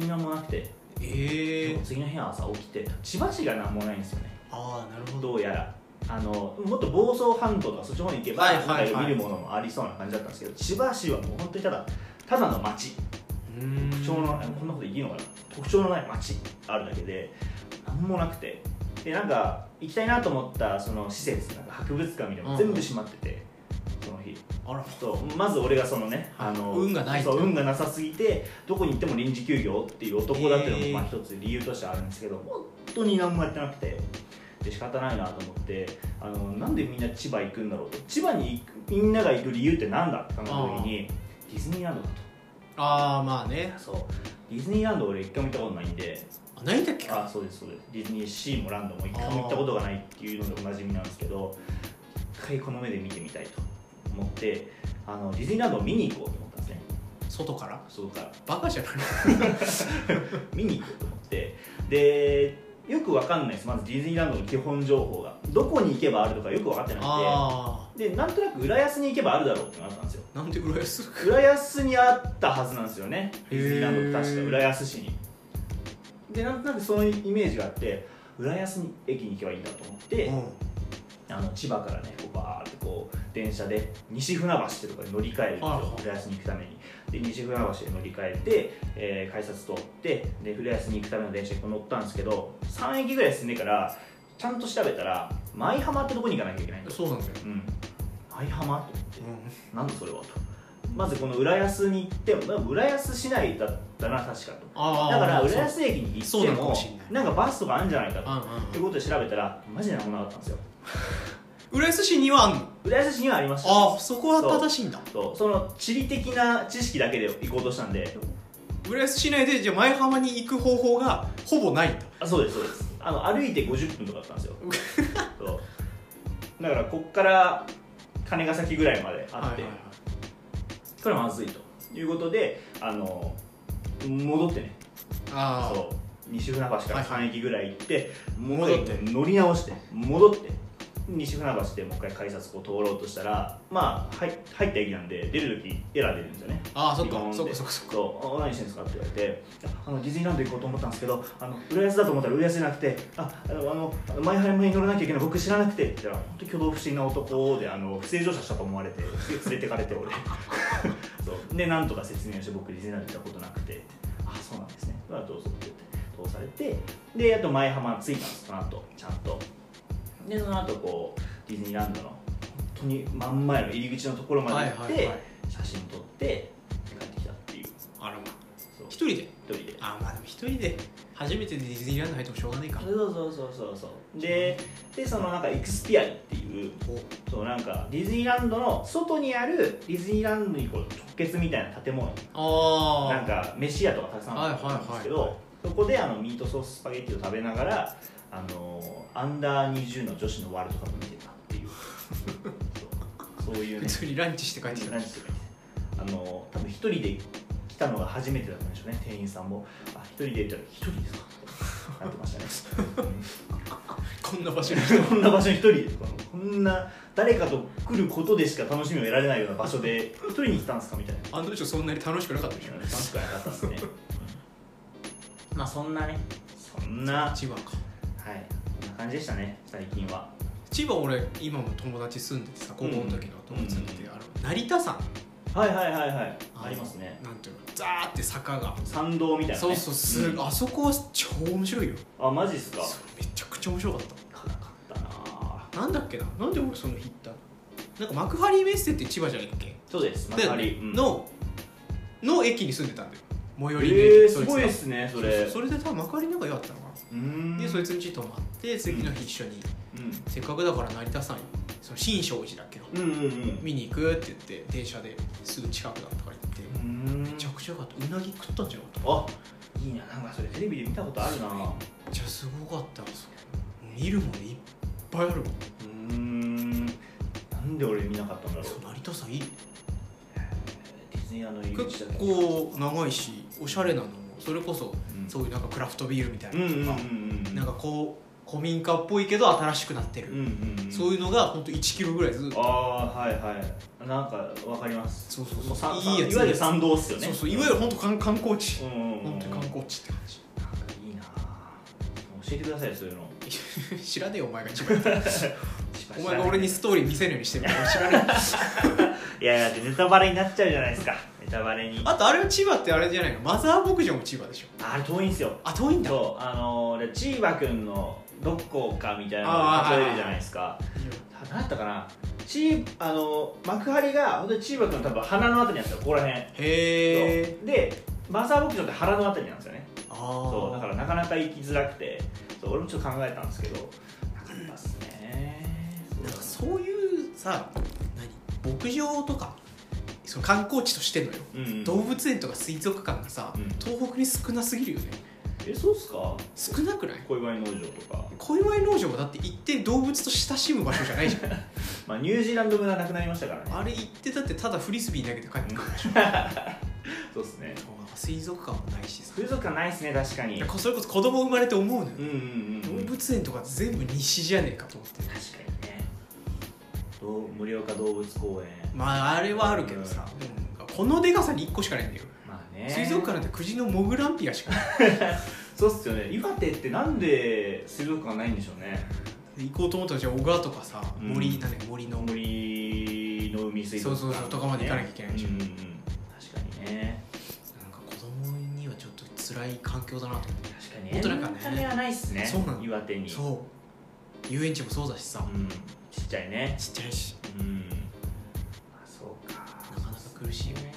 [SPEAKER 2] 当に何もなくて
[SPEAKER 1] ええ
[SPEAKER 2] 次の日の朝起きて千葉市が何もないんですよね
[SPEAKER 1] ああなるほど
[SPEAKER 2] どうやらあのもっと房総半島とかそっちの方に行けば、
[SPEAKER 1] はいはいはい
[SPEAKER 2] なんか見るものもありそうな感じだったんですけど千葉市はもう本当にただただの町
[SPEAKER 1] うん
[SPEAKER 2] 特徴のあこんなこと言いのかな特徴のない町あるだけで何もなくてでなんか行きたいなと思ったその施設なんか博物館みたいなの全部閉まってて、その日
[SPEAKER 1] あら
[SPEAKER 2] とまず俺がそのね
[SPEAKER 1] はい
[SPEAKER 2] あの
[SPEAKER 1] 運がない
[SPEAKER 2] そう運がなさすぎてどこに行っても臨時休業っていう男だっていうのも
[SPEAKER 1] へー
[SPEAKER 2] まあ一つ理由としてはあるんですけど本当に何もやってなくてで仕方ないなと思ってあのなんでみんな千葉行くんだろうと千葉に行くみんなが行く理由ってなんだって考えた時にディズニーランドだと
[SPEAKER 1] ああまあね
[SPEAKER 2] そうディズニーランド俺一回も行ったことないんで
[SPEAKER 1] あないんだっけか
[SPEAKER 2] あそうですそうですディズニーシーもランドも一回も行ったことがないっていうのでおなじみなんですけど一回この目で見てみたいと思ってあのディズニーランドを見に行こうと思ったんですね
[SPEAKER 1] 外から
[SPEAKER 2] そこから
[SPEAKER 1] バカじゃない
[SPEAKER 2] 見に行こうと思ってでよくわかんないですまずディズニーランドの基本情報がどこに行けばあるとかよく分かってなく
[SPEAKER 1] あ
[SPEAKER 2] てでなんとなく浦安に行けばあるだろうってなったんですよ
[SPEAKER 1] あなんで浦安
[SPEAKER 2] 浦安にあったはずなんですよねディズニーランドって確
[SPEAKER 1] へー
[SPEAKER 2] か浦安市にでなんとなくそのイメージがあって浦安に駅に行けばいいんだと思って、
[SPEAKER 1] うん
[SPEAKER 2] あの千葉からねこうバーってこう電車で西船橋ってとこに乗り換えるんです
[SPEAKER 1] はいは
[SPEAKER 2] よ
[SPEAKER 1] い
[SPEAKER 2] 浦安に行くためにで西船橋で乗り換えて、えー改札通ってで浦安に行くための電車にこう乗ったんですけど3駅ぐらい進んでからちゃんと調べたら舞浜ってとこに行かなきゃいけないんですよ、
[SPEAKER 1] そうなんだよ
[SPEAKER 2] うん、舞浜と思って
[SPEAKER 1] う
[SPEAKER 2] なんだそれはとまずこの浦安に行っても多分浦安市内だったな確かと
[SPEAKER 1] ああ
[SPEAKER 2] だから浦
[SPEAKER 1] そう
[SPEAKER 2] 安駅に行
[SPEAKER 1] そ
[SPEAKER 2] っ
[SPEAKER 1] う
[SPEAKER 2] て
[SPEAKER 1] なのか
[SPEAKER 2] も
[SPEAKER 1] もしれない
[SPEAKER 2] なんかバスとかあるんじゃないかと
[SPEAKER 1] うん
[SPEAKER 2] ってことで調べたらマジで何もなかったんですよ
[SPEAKER 1] うん浦安市にはあんの
[SPEAKER 2] 浦安市にはありました
[SPEAKER 1] ああそこは正しいんだ
[SPEAKER 2] そうその地理的な知識だけで行こうとしたんで
[SPEAKER 1] 浦安市内でじゃあ前浜に行く方法がほぼないんだ
[SPEAKER 2] あそうですそうですあの歩いて50分とかだった
[SPEAKER 1] [LAUGHS]
[SPEAKER 2] んですよそうだからこっから金ヶ崎ぐらいまであって、これはまずいということであの戻ってね
[SPEAKER 1] ああ
[SPEAKER 2] そう西船橋から3駅ぐらい行って、
[SPEAKER 1] 戻って
[SPEAKER 2] 乗り直して戻って西船橋でもう一回改札を通ろうとしたらまあはい入った駅なんで出る時エラー出るんですよね
[SPEAKER 1] ああそっ
[SPEAKER 2] 日本
[SPEAKER 1] か
[SPEAKER 2] で
[SPEAKER 1] そっかそっかそっか
[SPEAKER 2] そうあ何してんですかって言われてあのディズニーランド行こうと思ったんですけどあの浦安だと思ったら浦安じゃなくてああのあのあの前原に乗らなきゃいけない僕知らなくてって言ったら本当挙動不審な男であの不正乗車したと思われて [LAUGHS] 連れてかれて俺 [LAUGHS] そうでなんとか説明をして僕ディズニーランド行ったことなくてってあそうなんですねだからどうぞって言って通されてであと前浜着いたんですその後ちゃんとでその後こうディズニーランドの本当に真ん前の入り口のところまで行って、
[SPEAKER 1] はいはいはい
[SPEAKER 2] 写真撮って帰ってきたっていう
[SPEAKER 1] あらまあ
[SPEAKER 2] そう
[SPEAKER 1] 一人で
[SPEAKER 2] 一人で
[SPEAKER 1] ああまあでも一人で初めてディズニーランド入ってもしょうがないか
[SPEAKER 2] そうそうそうそうそうででそのなんかエクスピアリっていう
[SPEAKER 1] お
[SPEAKER 2] そうなんかディズニーランドの外にあるディズニーランドにこう直結みたいな建物
[SPEAKER 1] ああ
[SPEAKER 2] なんか飯屋とかたくさんあるんですけど、
[SPEAKER 1] はいは
[SPEAKER 2] そこであのミートソーススパゲッティを食べながらあのアンダー20の女子のワールドカップ見てたっていうそうそういう
[SPEAKER 1] 普
[SPEAKER 2] ね
[SPEAKER 1] 通にランチして帰ってきた
[SPEAKER 2] 何してるかあの多分一人で来たのが初めてだったんでしょうね店員さんも「あ一人で」って言ったら「一人ですか?」なってましたね
[SPEAKER 1] こんな場所に
[SPEAKER 2] こんな場所に一人でこのこんな誰かと来ることでしか楽しみを得られないような場所で一人に来たんですかみたいな
[SPEAKER 1] あの時そんなに楽しくなかったでしょ
[SPEAKER 2] 楽しくはなかったですねまあそんなねそんなはい
[SPEAKER 1] 千葉か
[SPEAKER 2] こんな感じでしたね最近は
[SPEAKER 1] 千葉俺今も友達住んでてさ高校の時の友達住んでて、
[SPEAKER 2] うん
[SPEAKER 1] あの成田山
[SPEAKER 2] はいはいはいはい
[SPEAKER 1] あ
[SPEAKER 2] ありますね
[SPEAKER 1] なんていうのザーって坂が、
[SPEAKER 2] 参道みたいな、ね、
[SPEAKER 1] そうそうす、
[SPEAKER 2] ん
[SPEAKER 1] あそこは超面白いよ
[SPEAKER 2] あマジっすか
[SPEAKER 1] そうめちゃくちゃ面白かっ
[SPEAKER 2] かなかったなあ
[SPEAKER 1] たなんだっけななんで俺その日行ったのなんか幕張メッセって千葉じゃないっけ
[SPEAKER 2] そうです
[SPEAKER 1] だよ
[SPEAKER 2] 幕
[SPEAKER 1] ね
[SPEAKER 2] 張うん
[SPEAKER 1] のの駅に住んでたんだよ最寄りの駅
[SPEAKER 2] えー、
[SPEAKER 1] そ
[SPEAKER 2] す
[SPEAKER 1] いつが
[SPEAKER 2] ごいですねそれ
[SPEAKER 1] そうそれで多分幕張の方が良かったのかな、
[SPEAKER 2] うーん
[SPEAKER 1] でそい
[SPEAKER 2] つ
[SPEAKER 1] つん家泊まって次の日一緒に、
[SPEAKER 2] う
[SPEAKER 1] せっかくだから成田山その新勝寺だっけなん
[SPEAKER 2] うんうんうん
[SPEAKER 1] 見に行くって言って電車ですぐ近くだったから行って
[SPEAKER 2] うーん
[SPEAKER 1] めちゃくちゃよかったうなぎ食ったんじゃなかっ
[SPEAKER 2] あいいななんかそれテレビで見たことあるなう
[SPEAKER 1] ためっちゃすごかったそれ見るものいっぱいあるもん
[SPEAKER 2] ーんなんで俺見なかったんだろう
[SPEAKER 1] 成田山いい
[SPEAKER 2] ディズニーランドの入り口
[SPEAKER 1] 結
[SPEAKER 2] だけ
[SPEAKER 1] 構長いしおしゃれなのもそれこそそういうなんかクラフトビールみたい
[SPEAKER 2] うん
[SPEAKER 1] なの
[SPEAKER 2] うん
[SPEAKER 1] と
[SPEAKER 2] うん
[SPEAKER 1] か、
[SPEAKER 2] うん
[SPEAKER 1] なんかこう古民家っぽいけど新しくなって
[SPEAKER 2] う
[SPEAKER 1] る、
[SPEAKER 2] んうんうん
[SPEAKER 1] そういうのが本当1キロぐらいずっと
[SPEAKER 2] ああはいはいなんかわかります
[SPEAKER 1] そうそうそう
[SPEAKER 2] もさ
[SPEAKER 1] いいやつ
[SPEAKER 2] わゆる参道っすよね
[SPEAKER 1] そうそういわゆる本当観観光地、
[SPEAKER 2] うんうんうん
[SPEAKER 1] 本当に観光地って感
[SPEAKER 2] [LAUGHS]
[SPEAKER 1] じ
[SPEAKER 2] なんかいいなあ教えてくださいよそういうの
[SPEAKER 1] 知らねえよお前が一番
[SPEAKER 2] [LAUGHS]
[SPEAKER 1] お前が俺にス
[SPEAKER 2] い
[SPEAKER 1] トーリー見せるようにしてるから知らねえ
[SPEAKER 2] やいやだってネタバレになっちゃうじゃないですかネタバレにあ
[SPEAKER 1] あとあれは千葉ってあれじゃないのマザー牧場も千葉でしょ
[SPEAKER 2] れ遠いんすよ
[SPEAKER 1] あ遠いんだ
[SPEAKER 2] そうあのーでチーバくんのどこかみたいな
[SPEAKER 1] あー
[SPEAKER 2] のを例えるじゃないですかあ何やったかなチーあのー幕張が本当にチーバくんの多分鼻のあたりなんですよここら辺
[SPEAKER 1] へえ
[SPEAKER 2] そうでマザー牧場って腹のあたりなんですよね
[SPEAKER 1] あ
[SPEAKER 2] そうだ
[SPEAKER 1] あ
[SPEAKER 2] からなかなか行きづらくてそう俺もちょっと考えたんですけどなかったっすね
[SPEAKER 1] なんかそういうさ何牧場とかその観光地としてのよ、
[SPEAKER 2] うんうん
[SPEAKER 1] 動物園とか水族館がさ、
[SPEAKER 2] うん
[SPEAKER 1] 東北に少なすぎるよね
[SPEAKER 2] えそうっすか
[SPEAKER 1] 少なくない
[SPEAKER 2] 小祝農場とか、
[SPEAKER 1] 小祝農場はだって行って動物と親しむ場所じゃないじゃん
[SPEAKER 2] まあ、ニュージーランド村なくなりました [LAUGHS] からね
[SPEAKER 1] あれ行ってだってただフリスビー投げて帰ってくるでしょ
[SPEAKER 2] そうっすね
[SPEAKER 1] 水族館もないしさ
[SPEAKER 2] 風俗館ないっすね確かに
[SPEAKER 1] いやそれこそ子供生まれて思うのよ、
[SPEAKER 2] うんうんうんうん
[SPEAKER 1] 動物園とか全部西じゃねえかと思って
[SPEAKER 2] 確かにねどう盛岡動物公園
[SPEAKER 1] まああれはあるけどさ、でもなんかこのでかさに1個しかないんだよ、
[SPEAKER 2] まあね
[SPEAKER 1] 水族館なんてクジのモグランピアしかない
[SPEAKER 2] そうっすよね岩手ってなんで水族館ないんでしょうね
[SPEAKER 1] 行こうと思ったらじゃあ小川とかさ
[SPEAKER 2] うん
[SPEAKER 1] 森、なんだね森の
[SPEAKER 2] 青森の海水族館、
[SPEAKER 1] そうそうそうとかまで行かなきゃいけないでしょ
[SPEAKER 2] うんうんうん、確かにね
[SPEAKER 1] なんか子供にはちょっと辛い環境だなと思って、
[SPEAKER 2] 確かに
[SPEAKER 1] 本当なんかね
[SPEAKER 2] エンタメはないっすね
[SPEAKER 1] そうなの
[SPEAKER 2] 岩手にう、
[SPEAKER 1] そう遊園地もそうだしさ、
[SPEAKER 2] ん、ちっちゃいね
[SPEAKER 1] ちっちゃいし
[SPEAKER 2] うんあそうか
[SPEAKER 1] なかなか苦しいよね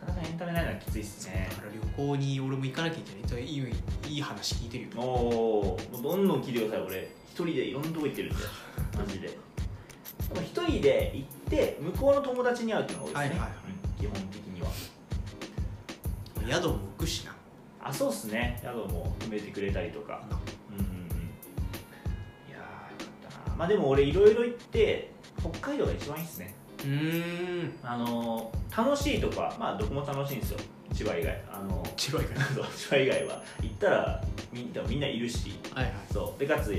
[SPEAKER 2] なかなかエンタメないのはきついっすね
[SPEAKER 1] だから旅行に俺も行かなきゃいけないといいいい話聞いてるよ
[SPEAKER 2] おおーもうどんどん聞いてください俺一人でいろんなとこ行ってるんでマジででも一人で行って向こうの友達に会うっていうのが多いですね、
[SPEAKER 1] はいはい
[SPEAKER 2] うん基本的には
[SPEAKER 1] 宿も浮くしな
[SPEAKER 2] あそうっすね宿も埋めてくれたりとか
[SPEAKER 1] あの
[SPEAKER 2] うんうんうんいやーよかったなまあでも俺いろいろ行って北海道が一番いいっすね
[SPEAKER 1] うーん
[SPEAKER 2] あのー楽しいとかまあどこも楽しいんですよ千葉以外あのー [LAUGHS]
[SPEAKER 1] 千葉行かな
[SPEAKER 2] そう千葉以外は行ったらみでもみんないるし
[SPEAKER 1] はいはい
[SPEAKER 2] そうでかつ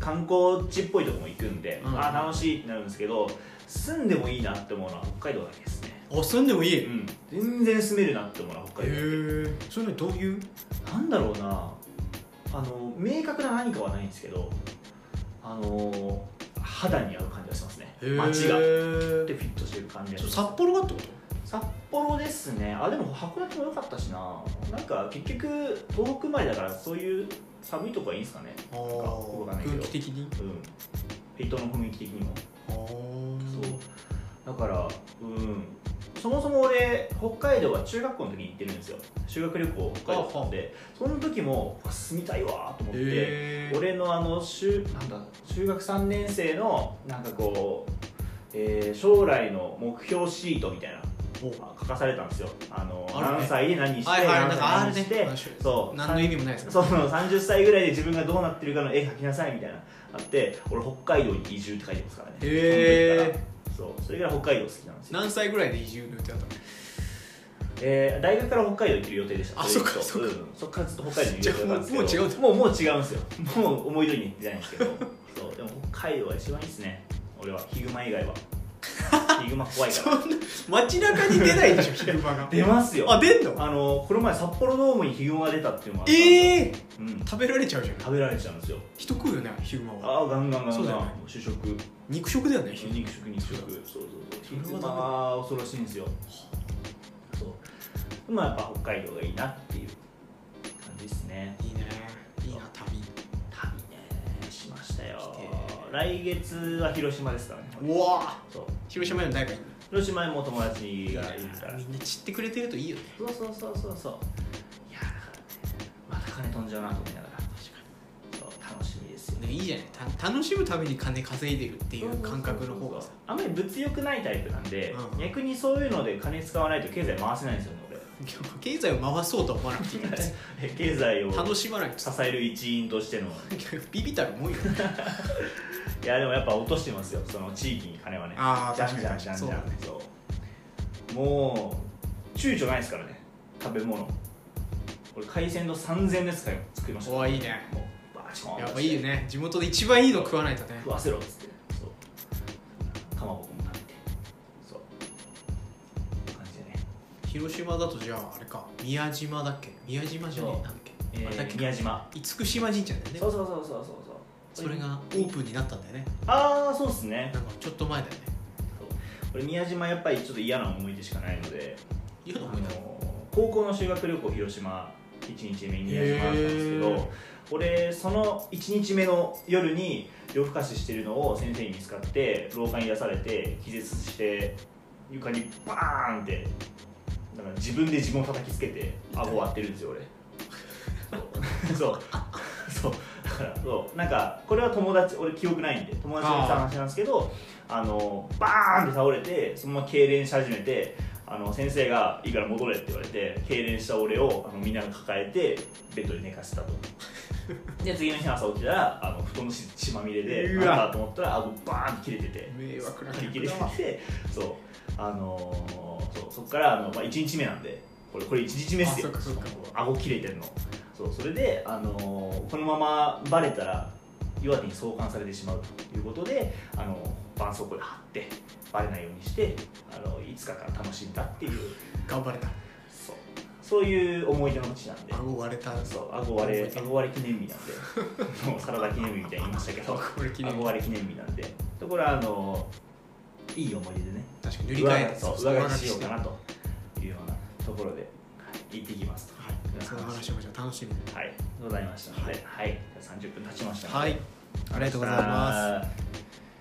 [SPEAKER 2] 観光地っぽいとこも行くんで、
[SPEAKER 1] うん
[SPEAKER 2] あー楽しいってなるんですけど住んでもいいなって思うのは北海道だけですね
[SPEAKER 1] あ住んでもいいへ
[SPEAKER 2] うん全然住めるなって思うのは北海道
[SPEAKER 1] えそれどういう
[SPEAKER 2] なんだろうなあの明確な何かはないんですけどあの肌に合う感じがしますね街
[SPEAKER 1] が
[SPEAKER 2] がでフィットしてる感じがします
[SPEAKER 1] 札幌がってこと
[SPEAKER 2] 札幌ですねあでも函館も良かったしななんか結局東北生まれだからそういう寒いとこはいいんですかねわかんないけど
[SPEAKER 1] 空気的に
[SPEAKER 2] うんフィットの雰囲気的にも
[SPEAKER 1] あそ
[SPEAKER 2] そうだからうんそもそも俺北海道は中学校の時に行ってるんですよ修学旅行北海道だったんでその時もうわ住みたいわーと思って、
[SPEAKER 1] へえ
[SPEAKER 2] 俺のあの中なんだ中学3年生のなんかこう、えー将来の目標シートみたいな
[SPEAKER 1] お
[SPEAKER 2] 書かされたんですよあの
[SPEAKER 1] あるね
[SPEAKER 2] 何歳で何して、
[SPEAKER 1] はいはい
[SPEAKER 2] 何
[SPEAKER 1] なん
[SPEAKER 2] 歳で
[SPEAKER 1] かある
[SPEAKER 2] 何
[SPEAKER 1] ね
[SPEAKER 2] して
[SPEAKER 1] 何種類
[SPEAKER 2] そう
[SPEAKER 1] 何の意味もないです
[SPEAKER 2] そ
[SPEAKER 1] か
[SPEAKER 2] の30歳ぐらいで自分がどうなってるかの絵描きなさいみたいなあって俺北海道に移住って書いてますからね
[SPEAKER 1] へー
[SPEAKER 2] その時からそうそれぐらい北海道好きなんですよ、
[SPEAKER 1] 何歳ぐらいで移住の予定だったの
[SPEAKER 2] えー大学から北海道行ってる予定でした
[SPEAKER 1] あ
[SPEAKER 2] れ以
[SPEAKER 1] そ
[SPEAKER 2] 降
[SPEAKER 1] っかそっ
[SPEAKER 2] うんそっからずっと北海道に行く予定だったんですけ
[SPEAKER 1] じゃあ
[SPEAKER 2] ど
[SPEAKER 1] もうもう違う
[SPEAKER 2] もうもう違うんですよもう思い通りに行ってないんですけどそうでも北海道が一番いいですね俺はヒグマ以外は
[SPEAKER 1] [LAUGHS]
[SPEAKER 2] ヒグマ怖いか
[SPEAKER 1] そ
[SPEAKER 2] ら
[SPEAKER 1] んな街中に出ないでしょ昼間が
[SPEAKER 2] 出ますよ
[SPEAKER 1] あ [LAUGHS] 出んの
[SPEAKER 2] あのこの前札幌ドームにヒグマが出たっていうのがあったんで
[SPEAKER 1] ええ
[SPEAKER 2] うん、
[SPEAKER 1] 食べられちゃうじゃん
[SPEAKER 2] 食べられちゃうんですよ
[SPEAKER 1] 人食うよね昼間は
[SPEAKER 2] ああガンガンガンガン
[SPEAKER 1] そうだよね
[SPEAKER 2] もう主食
[SPEAKER 1] 肉食だよね昼間
[SPEAKER 2] 肉食肉食そうそうそう
[SPEAKER 1] それはダメ
[SPEAKER 2] まあ恐ろしいんですよそうまあやっぱ北海道がいいなっていう感じですね
[SPEAKER 1] いいねいいな旅
[SPEAKER 2] 旅ねしましたよ
[SPEAKER 1] 来て
[SPEAKER 2] 来月は広島ですからね
[SPEAKER 1] うわ
[SPEAKER 2] そう
[SPEAKER 1] 広島への誰かいる
[SPEAKER 2] 広島にも友達がいるから
[SPEAKER 1] みんな散ってくれてるといいよね
[SPEAKER 2] そうそうそうそうそういやーだからねまた金飛んじゃうなと思いながらそう楽しみですよ
[SPEAKER 1] で
[SPEAKER 2] ね
[SPEAKER 1] もいいじゃないた楽しむために金稼いでるっていう感覚の方がさ
[SPEAKER 2] あんまり物欲ないタイプなんで、
[SPEAKER 1] うん
[SPEAKER 2] 逆にそういうので金使わないと経済回せないんですよね
[SPEAKER 1] 経済を回そうとは思わなくていいんです
[SPEAKER 2] 俺経済を
[SPEAKER 1] 楽しまないと [LAUGHS]
[SPEAKER 2] 支える一員としての
[SPEAKER 1] ビビたるもんよ
[SPEAKER 2] いやでもやっぱ落としてますよその地域に金はね
[SPEAKER 1] あー
[SPEAKER 2] じゃんじゃん
[SPEAKER 1] 確
[SPEAKER 2] じ
[SPEAKER 1] か
[SPEAKER 2] ゃん
[SPEAKER 1] に
[SPEAKER 2] じゃんそうもう躊躇ないですからね食べ物俺海鮮丼3000円で使い作りました
[SPEAKER 1] お
[SPEAKER 2] もう
[SPEAKER 1] ーいいね
[SPEAKER 2] バーチコーン
[SPEAKER 1] やっぱいいね地元で一番いいの食わないとね
[SPEAKER 2] 食わせろっつってそうかまぼこも食べてそうこんな感じでね
[SPEAKER 1] 広島だとじゃああれか宮島だっけ宮島じゃね
[SPEAKER 2] そう
[SPEAKER 1] えなんだっけ、
[SPEAKER 2] え
[SPEAKER 1] あれだっ
[SPEAKER 2] ー、
[SPEAKER 1] け
[SPEAKER 2] 宮島
[SPEAKER 1] 厳島神社だよね
[SPEAKER 2] そうそうそうそうそうそう
[SPEAKER 1] それがオープンになったんだよね
[SPEAKER 2] ああそうっすね
[SPEAKER 1] なんかちょっと前だよね
[SPEAKER 2] これ宮島やっぱりちょっと嫌な思い出しかないので
[SPEAKER 1] 嫌
[SPEAKER 2] あ
[SPEAKER 1] な
[SPEAKER 2] の
[SPEAKER 1] 思い出
[SPEAKER 2] 高校の修学旅行広島1日目に宮島だったんですけ
[SPEAKER 1] へ
[SPEAKER 2] ど
[SPEAKER 1] ー
[SPEAKER 2] 俺その1日目の夜に夜更かししてるのを先生に見つかって廊下に出されて気絶して床にバーンってだから自分で自分を叩きつけて顎を割ってるんですよ俺そうそうだからそうなんかこれは友達俺記憶ないんで友達に言った話なんですけどあのバーンって倒れてそのまま痙攣し始めてあの先生が「いいから戻れ」って言われて痙攣した俺をあのみんなが抱えてベッドで寝かせ
[SPEAKER 1] [LAUGHS]
[SPEAKER 2] たとで次の日の朝起きたらあの布団のし血まみれで
[SPEAKER 1] う
[SPEAKER 2] な
[SPEAKER 1] わ
[SPEAKER 2] んかと思ったら顎バーンって切れてて
[SPEAKER 1] [LAUGHS] 迷惑な
[SPEAKER 2] 振り切れててそうあのーそうそっからあの、まあ、1日目なんでこれこれ1日目っすよ
[SPEAKER 1] あそっかそっか
[SPEAKER 2] 顎切れてんのそうそれで、あのーこのままバレたら岩手に送還されてしまうということで、あのー、絆創膏で貼ってバレないようにして、あのー、5日間楽しんだっていう
[SPEAKER 1] 頑張れた
[SPEAKER 2] そうそういう思い出の地なんで
[SPEAKER 1] 顎割れた
[SPEAKER 2] そう顎割れ
[SPEAKER 1] 覚えてる
[SPEAKER 2] 顎割れ記念日なんで
[SPEAKER 1] [LAUGHS]
[SPEAKER 2] もうサラダ記念日みたいに言いましたけど
[SPEAKER 1] これ記念日
[SPEAKER 2] 顎割れ記念日なんでところはあのーいい思い出でね
[SPEAKER 1] 確かに塗り替えて
[SPEAKER 2] そう上書きしようかなというようなところではい行ってきますと
[SPEAKER 1] はいその話もじゃあ楽しみに
[SPEAKER 2] はいございましたのではい、じゃあ30分経ちましたので
[SPEAKER 1] はいありがとうございます
[SPEAKER 2] す